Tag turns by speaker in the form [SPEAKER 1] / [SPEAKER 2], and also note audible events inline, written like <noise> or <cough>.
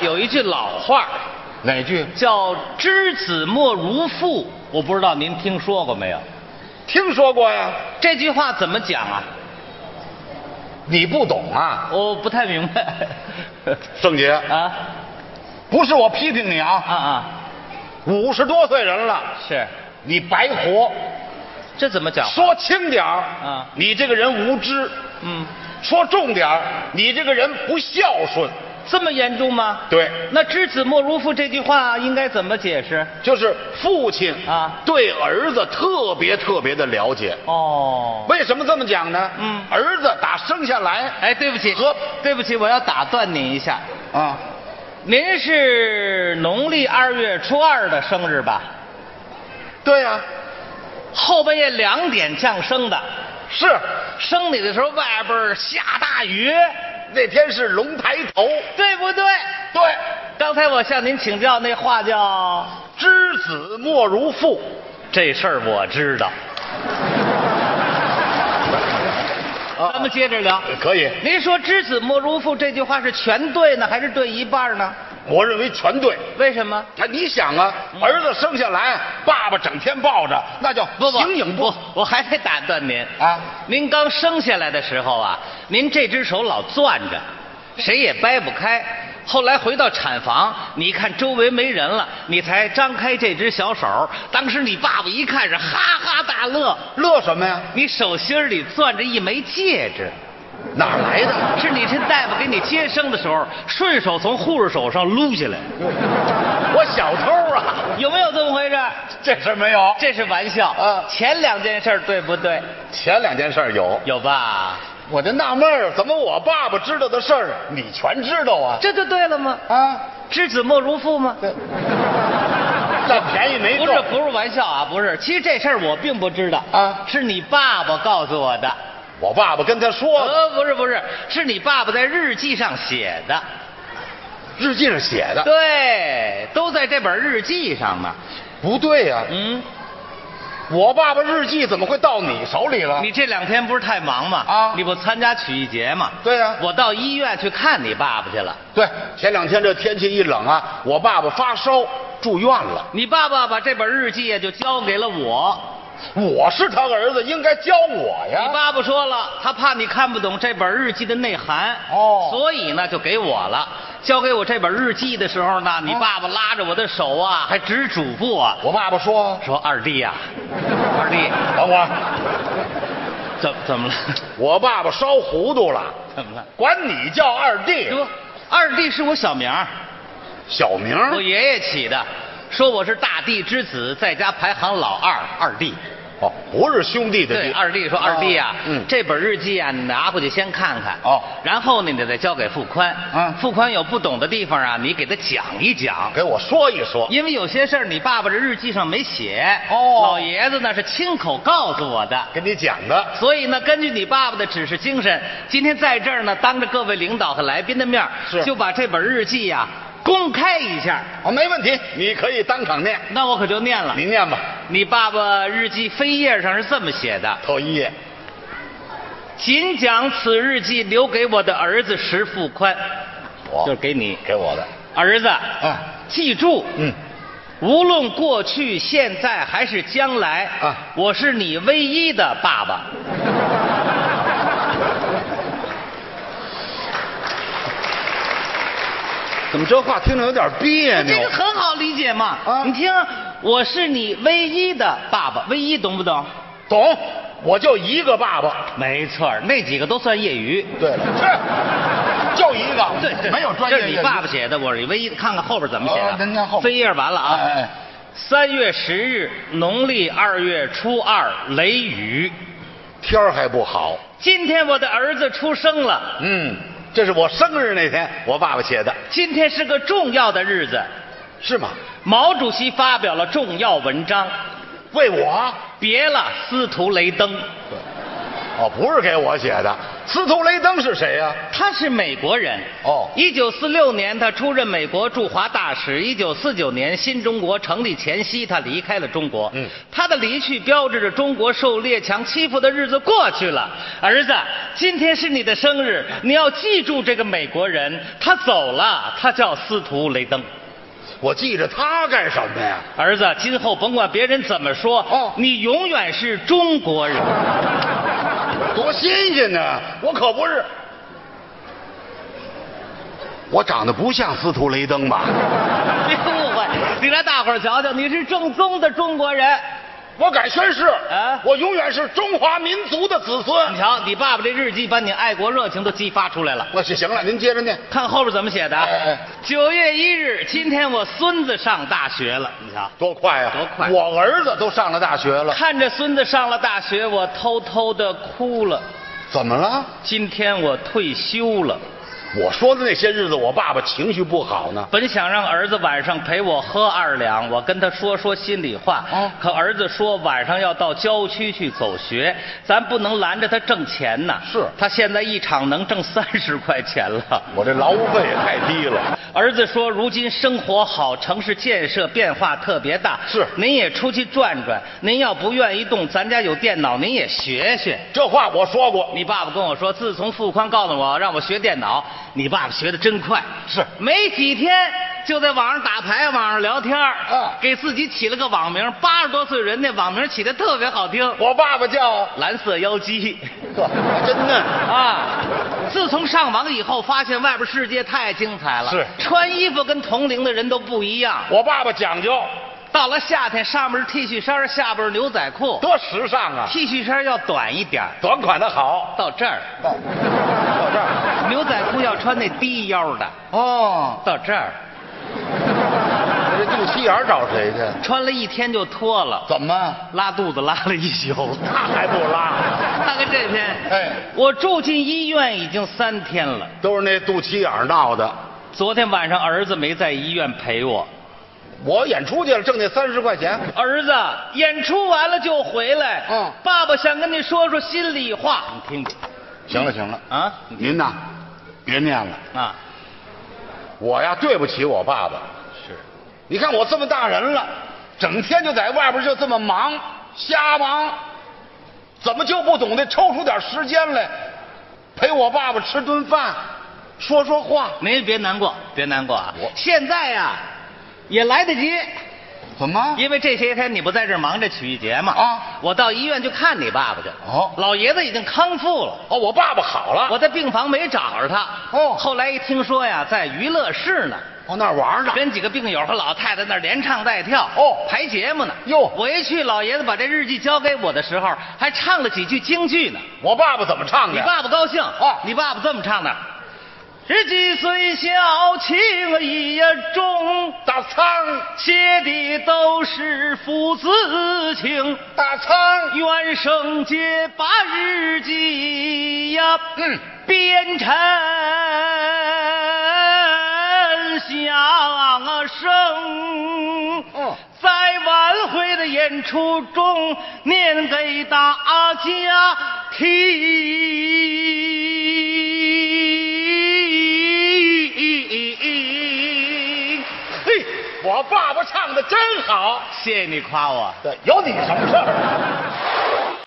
[SPEAKER 1] 有一句老话
[SPEAKER 2] 哪句？
[SPEAKER 1] 叫“知子莫如父”，我不知道您听说过没有？
[SPEAKER 2] 听说过呀？
[SPEAKER 1] 这句话怎么讲啊？
[SPEAKER 2] 你不懂啊？
[SPEAKER 1] 我不太明白。
[SPEAKER 2] 圣杰，
[SPEAKER 1] <laughs> 啊
[SPEAKER 2] 不是我批评你
[SPEAKER 1] 啊
[SPEAKER 2] 啊，
[SPEAKER 1] 啊！
[SPEAKER 2] 五十多岁人了，
[SPEAKER 1] 是，
[SPEAKER 2] 你白活。
[SPEAKER 1] 这怎么讲？
[SPEAKER 2] 说轻点儿，
[SPEAKER 1] 啊
[SPEAKER 2] 你这个人无知；
[SPEAKER 1] 嗯，
[SPEAKER 2] 说重点儿，你这个人不孝顺。
[SPEAKER 1] 这么严重吗？
[SPEAKER 2] 对，
[SPEAKER 1] 那“知子莫如父”这句话应该怎么解释？
[SPEAKER 2] 就是父亲
[SPEAKER 1] 啊
[SPEAKER 2] 对儿子特别特别的了解。
[SPEAKER 1] 哦，
[SPEAKER 2] 为什么这么讲呢？
[SPEAKER 1] 嗯
[SPEAKER 2] 儿子打生下来
[SPEAKER 1] 哎，对不起
[SPEAKER 2] 和，
[SPEAKER 1] 对不起，我要打断您一下。
[SPEAKER 2] 啊，
[SPEAKER 1] 您是农历二月初二的生日吧？
[SPEAKER 2] 对呀、
[SPEAKER 1] 后半夜两点降生的，
[SPEAKER 2] 是
[SPEAKER 1] 生你的时候外边下大雨，
[SPEAKER 2] 那天是龙抬头，
[SPEAKER 1] 对不对？
[SPEAKER 2] 对，
[SPEAKER 1] 刚才我向您请教那话叫
[SPEAKER 2] 知子莫如父，
[SPEAKER 1] 这事儿我知道。<laughs>
[SPEAKER 2] 啊
[SPEAKER 1] 咱们接着聊。
[SPEAKER 2] 可以，
[SPEAKER 1] 您说“知子莫如父”这句话是全对呢，还是对一半呢？
[SPEAKER 2] 我认为全对。
[SPEAKER 1] 为什么？
[SPEAKER 2] 他你想啊，儿子生下来，爸爸整天抱着，那叫形影不
[SPEAKER 1] 不，我还得打断您。
[SPEAKER 2] 啊。
[SPEAKER 1] 您刚生下来的时候啊，您这只手老攥着，谁也掰不开。后来回到产房，你一看周围没人了，你才张开这只小手。当时你爸爸一看是哈哈大乐，
[SPEAKER 2] 乐什么呀？
[SPEAKER 1] 你手心里攥着一枚戒指，
[SPEAKER 2] 哪儿来的？ <laughs>
[SPEAKER 1] 是你这大夫给你接生的时候顺手从护士手上撸下来，
[SPEAKER 2] 我小偷啊！
[SPEAKER 1] 有没有这么回事？
[SPEAKER 2] <laughs> 这事儿没有，
[SPEAKER 1] 这是玩笑
[SPEAKER 2] 啊
[SPEAKER 1] 前两件事儿对不对？
[SPEAKER 2] 前两件事儿有。
[SPEAKER 1] 有吧？
[SPEAKER 2] 我就纳闷儿，怎么我爸爸知道的事儿你全知道啊？
[SPEAKER 1] 这就对了吗？
[SPEAKER 2] 啊，
[SPEAKER 1] 知子莫如父吗？
[SPEAKER 2] 占便宜没
[SPEAKER 1] 不是不是玩笑啊，不是。其实这事儿我并不知道
[SPEAKER 2] 啊
[SPEAKER 1] 是你爸爸告诉我的。
[SPEAKER 2] 我爸爸跟他说了，
[SPEAKER 1] 呃，不是不是，是你爸爸在日记上写的。
[SPEAKER 2] 啊日记上写的。
[SPEAKER 1] 对，都在这本日记上呢。
[SPEAKER 2] 不对呀、
[SPEAKER 1] 嗯，
[SPEAKER 2] 我爸爸日记怎么会到你手里了？
[SPEAKER 1] 你这两天不是太忙吗？
[SPEAKER 2] 啊
[SPEAKER 1] 你不参加曲艺节吗？
[SPEAKER 2] 对呀
[SPEAKER 1] 我到医院去看你爸爸去了。
[SPEAKER 2] 对，前两天这天气一冷啊，我爸爸发烧住院了。
[SPEAKER 1] 你爸爸把这本日记啊也就交给了我。
[SPEAKER 2] 我是他儿子，应该教我
[SPEAKER 1] 你
[SPEAKER 2] 呀。
[SPEAKER 1] 爸爸说了，他怕你看不懂这本日记的内涵，
[SPEAKER 2] 哦
[SPEAKER 1] 所以呢就给我了。交给我这本日记的时候呢，你爸爸拉着我的手啊，还直嘱咐我
[SPEAKER 2] 我爸爸说
[SPEAKER 1] 说：“二弟呀、二弟，：“
[SPEAKER 2] 等会儿，
[SPEAKER 1] 怎怎么了？ <laughs>
[SPEAKER 2] 我爸爸烧糊涂了，
[SPEAKER 1] 怎么了？
[SPEAKER 2] 管你叫二弟，
[SPEAKER 1] 不，二弟是我小名儿，
[SPEAKER 2] 小名儿
[SPEAKER 1] 我爷爷起的，说我是大地之子，在家排行老二，二弟。”
[SPEAKER 2] 哦，不是兄弟的
[SPEAKER 1] 对，
[SPEAKER 2] 弟。
[SPEAKER 1] 二弟说：“二弟呀、
[SPEAKER 2] 哦嗯，
[SPEAKER 1] 这本日记啊，你拿回去先看看。
[SPEAKER 2] 哦
[SPEAKER 1] 然后呢，你再交给付宽。
[SPEAKER 2] 嗯
[SPEAKER 1] 付宽有不懂的地方啊，你给他讲一讲。
[SPEAKER 2] 给我说一说。
[SPEAKER 1] 因为有些事儿你爸爸这日记上没写。
[SPEAKER 2] 哦
[SPEAKER 1] 老爷子呢是亲口告诉我的。
[SPEAKER 2] 跟你讲的，
[SPEAKER 1] 所以呢，根据你爸爸的指示精神，今天在这儿呢，当着各位领导和来宾的面儿
[SPEAKER 2] 是
[SPEAKER 1] 就把这本日记呀、公开一下。
[SPEAKER 2] 哦，没问题，你可以当场念，
[SPEAKER 1] 那我可就念了。
[SPEAKER 2] 你念吧，
[SPEAKER 1] 你爸爸日记扉页上是这么写的。
[SPEAKER 2] 头一页。
[SPEAKER 1] 仅讲此日记留给我的儿子石富宽，
[SPEAKER 2] 我
[SPEAKER 1] 就是给你
[SPEAKER 2] 给我的，
[SPEAKER 1] 儿子。
[SPEAKER 2] 啊，
[SPEAKER 1] 记住，
[SPEAKER 2] 嗯，
[SPEAKER 1] 无论过去、现在还是将来，
[SPEAKER 2] 啊
[SPEAKER 1] 我是你唯一的爸爸。
[SPEAKER 2] 怎么这话听着有点别
[SPEAKER 1] 这个
[SPEAKER 2] 扭？
[SPEAKER 1] 很哎好理解嘛。
[SPEAKER 2] 啊
[SPEAKER 1] 你听，我是你唯一的爸爸，唯一懂不懂？
[SPEAKER 2] 懂，我就一个爸爸。
[SPEAKER 1] 没错儿，那几个都算业余。
[SPEAKER 2] 对了，是， <laughs> 就一个，
[SPEAKER 1] 对对，
[SPEAKER 2] 没有专业
[SPEAKER 1] 这
[SPEAKER 2] 业
[SPEAKER 1] 是
[SPEAKER 2] 余。
[SPEAKER 1] 你爸爸写的，我是唯一的。看看后边怎么写
[SPEAKER 2] 哦
[SPEAKER 1] 的。
[SPEAKER 2] 您看后边
[SPEAKER 1] 扉页完了啊。
[SPEAKER 2] 哎哎
[SPEAKER 1] 三月十日，农历二月初二，雷雨。
[SPEAKER 2] 天儿还不好，
[SPEAKER 1] 今天我的儿子出生了，
[SPEAKER 2] 嗯，这是我生日那天我爸爸写的，
[SPEAKER 1] 今天是个重要的日子。
[SPEAKER 2] 是吗？
[SPEAKER 1] 毛主席发表了重要文章，
[SPEAKER 2] 为我？
[SPEAKER 1] 别了司徒雷登。
[SPEAKER 2] 哦，不是给我写的，斯图雷登是谁呀、
[SPEAKER 1] 他是美国人
[SPEAKER 2] 哦
[SPEAKER 1] 一九四六年，他出任美国驻华大使。一九四九年，新中国成立前夕，他离开了中国。
[SPEAKER 2] 嗯
[SPEAKER 1] 他的离去标志着中国受列强欺负的日子过去了。儿子，今天是你的生日，你要记住这个美国人，他走了，他叫司徒雷登。
[SPEAKER 2] 我记着他干什么呀？
[SPEAKER 1] 儿子，今后甭管别人怎么说，
[SPEAKER 2] 哦
[SPEAKER 1] 你永远是中国人。
[SPEAKER 2] 多新鲜呢！我可不是，我长得不像司徒雷登吧？
[SPEAKER 1] 别误会，哎你让大伙儿瞧瞧，你是正宗的中国人。
[SPEAKER 2] 我敢宣誓，
[SPEAKER 1] 啊
[SPEAKER 2] 我永远是中华民族的子孙
[SPEAKER 1] 你。瞧，你爸爸这日记把你爱国热情都激发出来了。
[SPEAKER 2] 我行行了，您接着念。
[SPEAKER 1] 看后边怎么写的啊
[SPEAKER 2] 哎哎。
[SPEAKER 1] 九月一日，今天我孙子上大学了，你瞧。
[SPEAKER 2] 多快呀、
[SPEAKER 1] 多快
[SPEAKER 2] 我儿子都上了大学了，
[SPEAKER 1] 看着孙子上了大学，我偷偷的哭了。
[SPEAKER 2] 怎么了？
[SPEAKER 1] 今天我退休了，
[SPEAKER 2] 我说的那些日子，我爸爸情绪不好呢。
[SPEAKER 1] 本想让儿子晚上陪我喝二两，我跟他说说心里话。
[SPEAKER 2] 哦
[SPEAKER 1] 可儿子说晚上要到郊区去走学，咱不能拦着他挣钱呐。
[SPEAKER 2] 是
[SPEAKER 1] 他现在一场能挣三十块钱
[SPEAKER 2] <laughs>
[SPEAKER 1] 了。
[SPEAKER 2] 我这劳务费也太低了。
[SPEAKER 1] 儿子说，如今生活好，城市建设变化特别大，
[SPEAKER 2] 是
[SPEAKER 1] 您也出去转转。您要不愿意动，咱家有电脑，您也学学。
[SPEAKER 2] 这话我说过，
[SPEAKER 1] 你爸爸跟我说，自从付宽告诉我让我学电脑，你爸爸学的真快，
[SPEAKER 2] 是
[SPEAKER 1] 没几天就在网上打牌，网上聊天儿
[SPEAKER 2] 啊
[SPEAKER 1] 给自己起了个网名，八十多岁人那网名起的特别好听，
[SPEAKER 2] 我爸爸叫，
[SPEAKER 1] 蓝色妖
[SPEAKER 2] <laughs>
[SPEAKER 1] 姬。
[SPEAKER 2] 呵，还真嫩。
[SPEAKER 1] 啊！自从上网以后，发现外边世界太精彩了。
[SPEAKER 2] 是
[SPEAKER 1] 穿衣服跟同龄的人都不一样。
[SPEAKER 2] 我爸爸讲究，
[SPEAKER 1] 到了夏天，上面是 T 恤衫，下边是牛仔裤。
[SPEAKER 2] 多时尚啊，
[SPEAKER 1] T 恤衫要短一点儿，
[SPEAKER 2] 短款的好。
[SPEAKER 1] 到这儿；
[SPEAKER 2] 到到这儿，
[SPEAKER 1] 牛仔裤要穿那低腰的，
[SPEAKER 2] 哦，
[SPEAKER 1] 到这儿。
[SPEAKER 2] 我这肚脐眼儿找谁去？
[SPEAKER 1] 穿了一天就脱了，
[SPEAKER 2] 怎么？
[SPEAKER 1] 拉肚子拉了一宿。
[SPEAKER 2] 那还不拉？
[SPEAKER 1] 看看这天，
[SPEAKER 2] 哎
[SPEAKER 1] 我住进医院已经三天了。
[SPEAKER 2] 都是那肚脐眼儿闹的。
[SPEAKER 1] 昨天晚上儿子没在医院陪我，
[SPEAKER 2] 我演出去了，挣那三十块钱。
[SPEAKER 1] 儿子，演出完了就回来。
[SPEAKER 2] 嗯
[SPEAKER 1] 爸爸想跟你说说心里话，你听听
[SPEAKER 2] 行了行了，
[SPEAKER 1] 啊
[SPEAKER 2] 您呐，别念了。
[SPEAKER 1] 啊，
[SPEAKER 2] 我呀，对不起我爸爸。是，你看我这么大人了，整天就在外边就这么忙，瞎忙，怎么就不懂得抽出点时间来陪我爸爸吃顿饭，说说话？
[SPEAKER 1] 您别难过，别难过啊
[SPEAKER 2] 我。
[SPEAKER 1] 现在呀、也来得及，
[SPEAKER 2] 怎么
[SPEAKER 1] <laughs> 因为这些天你不在这儿忙着曲艺节嘛
[SPEAKER 2] 啊，
[SPEAKER 1] 我到医院去看你爸爸去。
[SPEAKER 2] 哦
[SPEAKER 1] 老爷子已经康复了。
[SPEAKER 2] 哦，我爸爸好了，
[SPEAKER 1] 我在病房没找着他，
[SPEAKER 2] 哦
[SPEAKER 1] 后来一听说呀，在娱乐室呢，
[SPEAKER 2] 我哦那儿玩呢。
[SPEAKER 1] 跟几个病友和老太太那儿连唱带跳，
[SPEAKER 2] 啊哦
[SPEAKER 1] 排节目呢。
[SPEAKER 2] 哟
[SPEAKER 1] 我一去，老爷子把这日记交给我的时候，还唱了几句京剧呢。
[SPEAKER 2] 我爸爸怎么唱
[SPEAKER 1] 你
[SPEAKER 2] 的？
[SPEAKER 1] 爸爸高兴
[SPEAKER 2] 啊
[SPEAKER 1] 你爸爸这么唱的：日记虽小，情意重，
[SPEAKER 2] 大仓，
[SPEAKER 1] 写的都是父子情。
[SPEAKER 2] 大仓，
[SPEAKER 1] 元圣节把日记呀，
[SPEAKER 2] 嗯，
[SPEAKER 1] 编成相声。
[SPEAKER 2] 嗯
[SPEAKER 1] 在晚会的演出中念给大家听。嘿，
[SPEAKER 2] 我爸爸唱的真好。
[SPEAKER 1] 谢谢你夸我。
[SPEAKER 2] 对，有你什么事儿？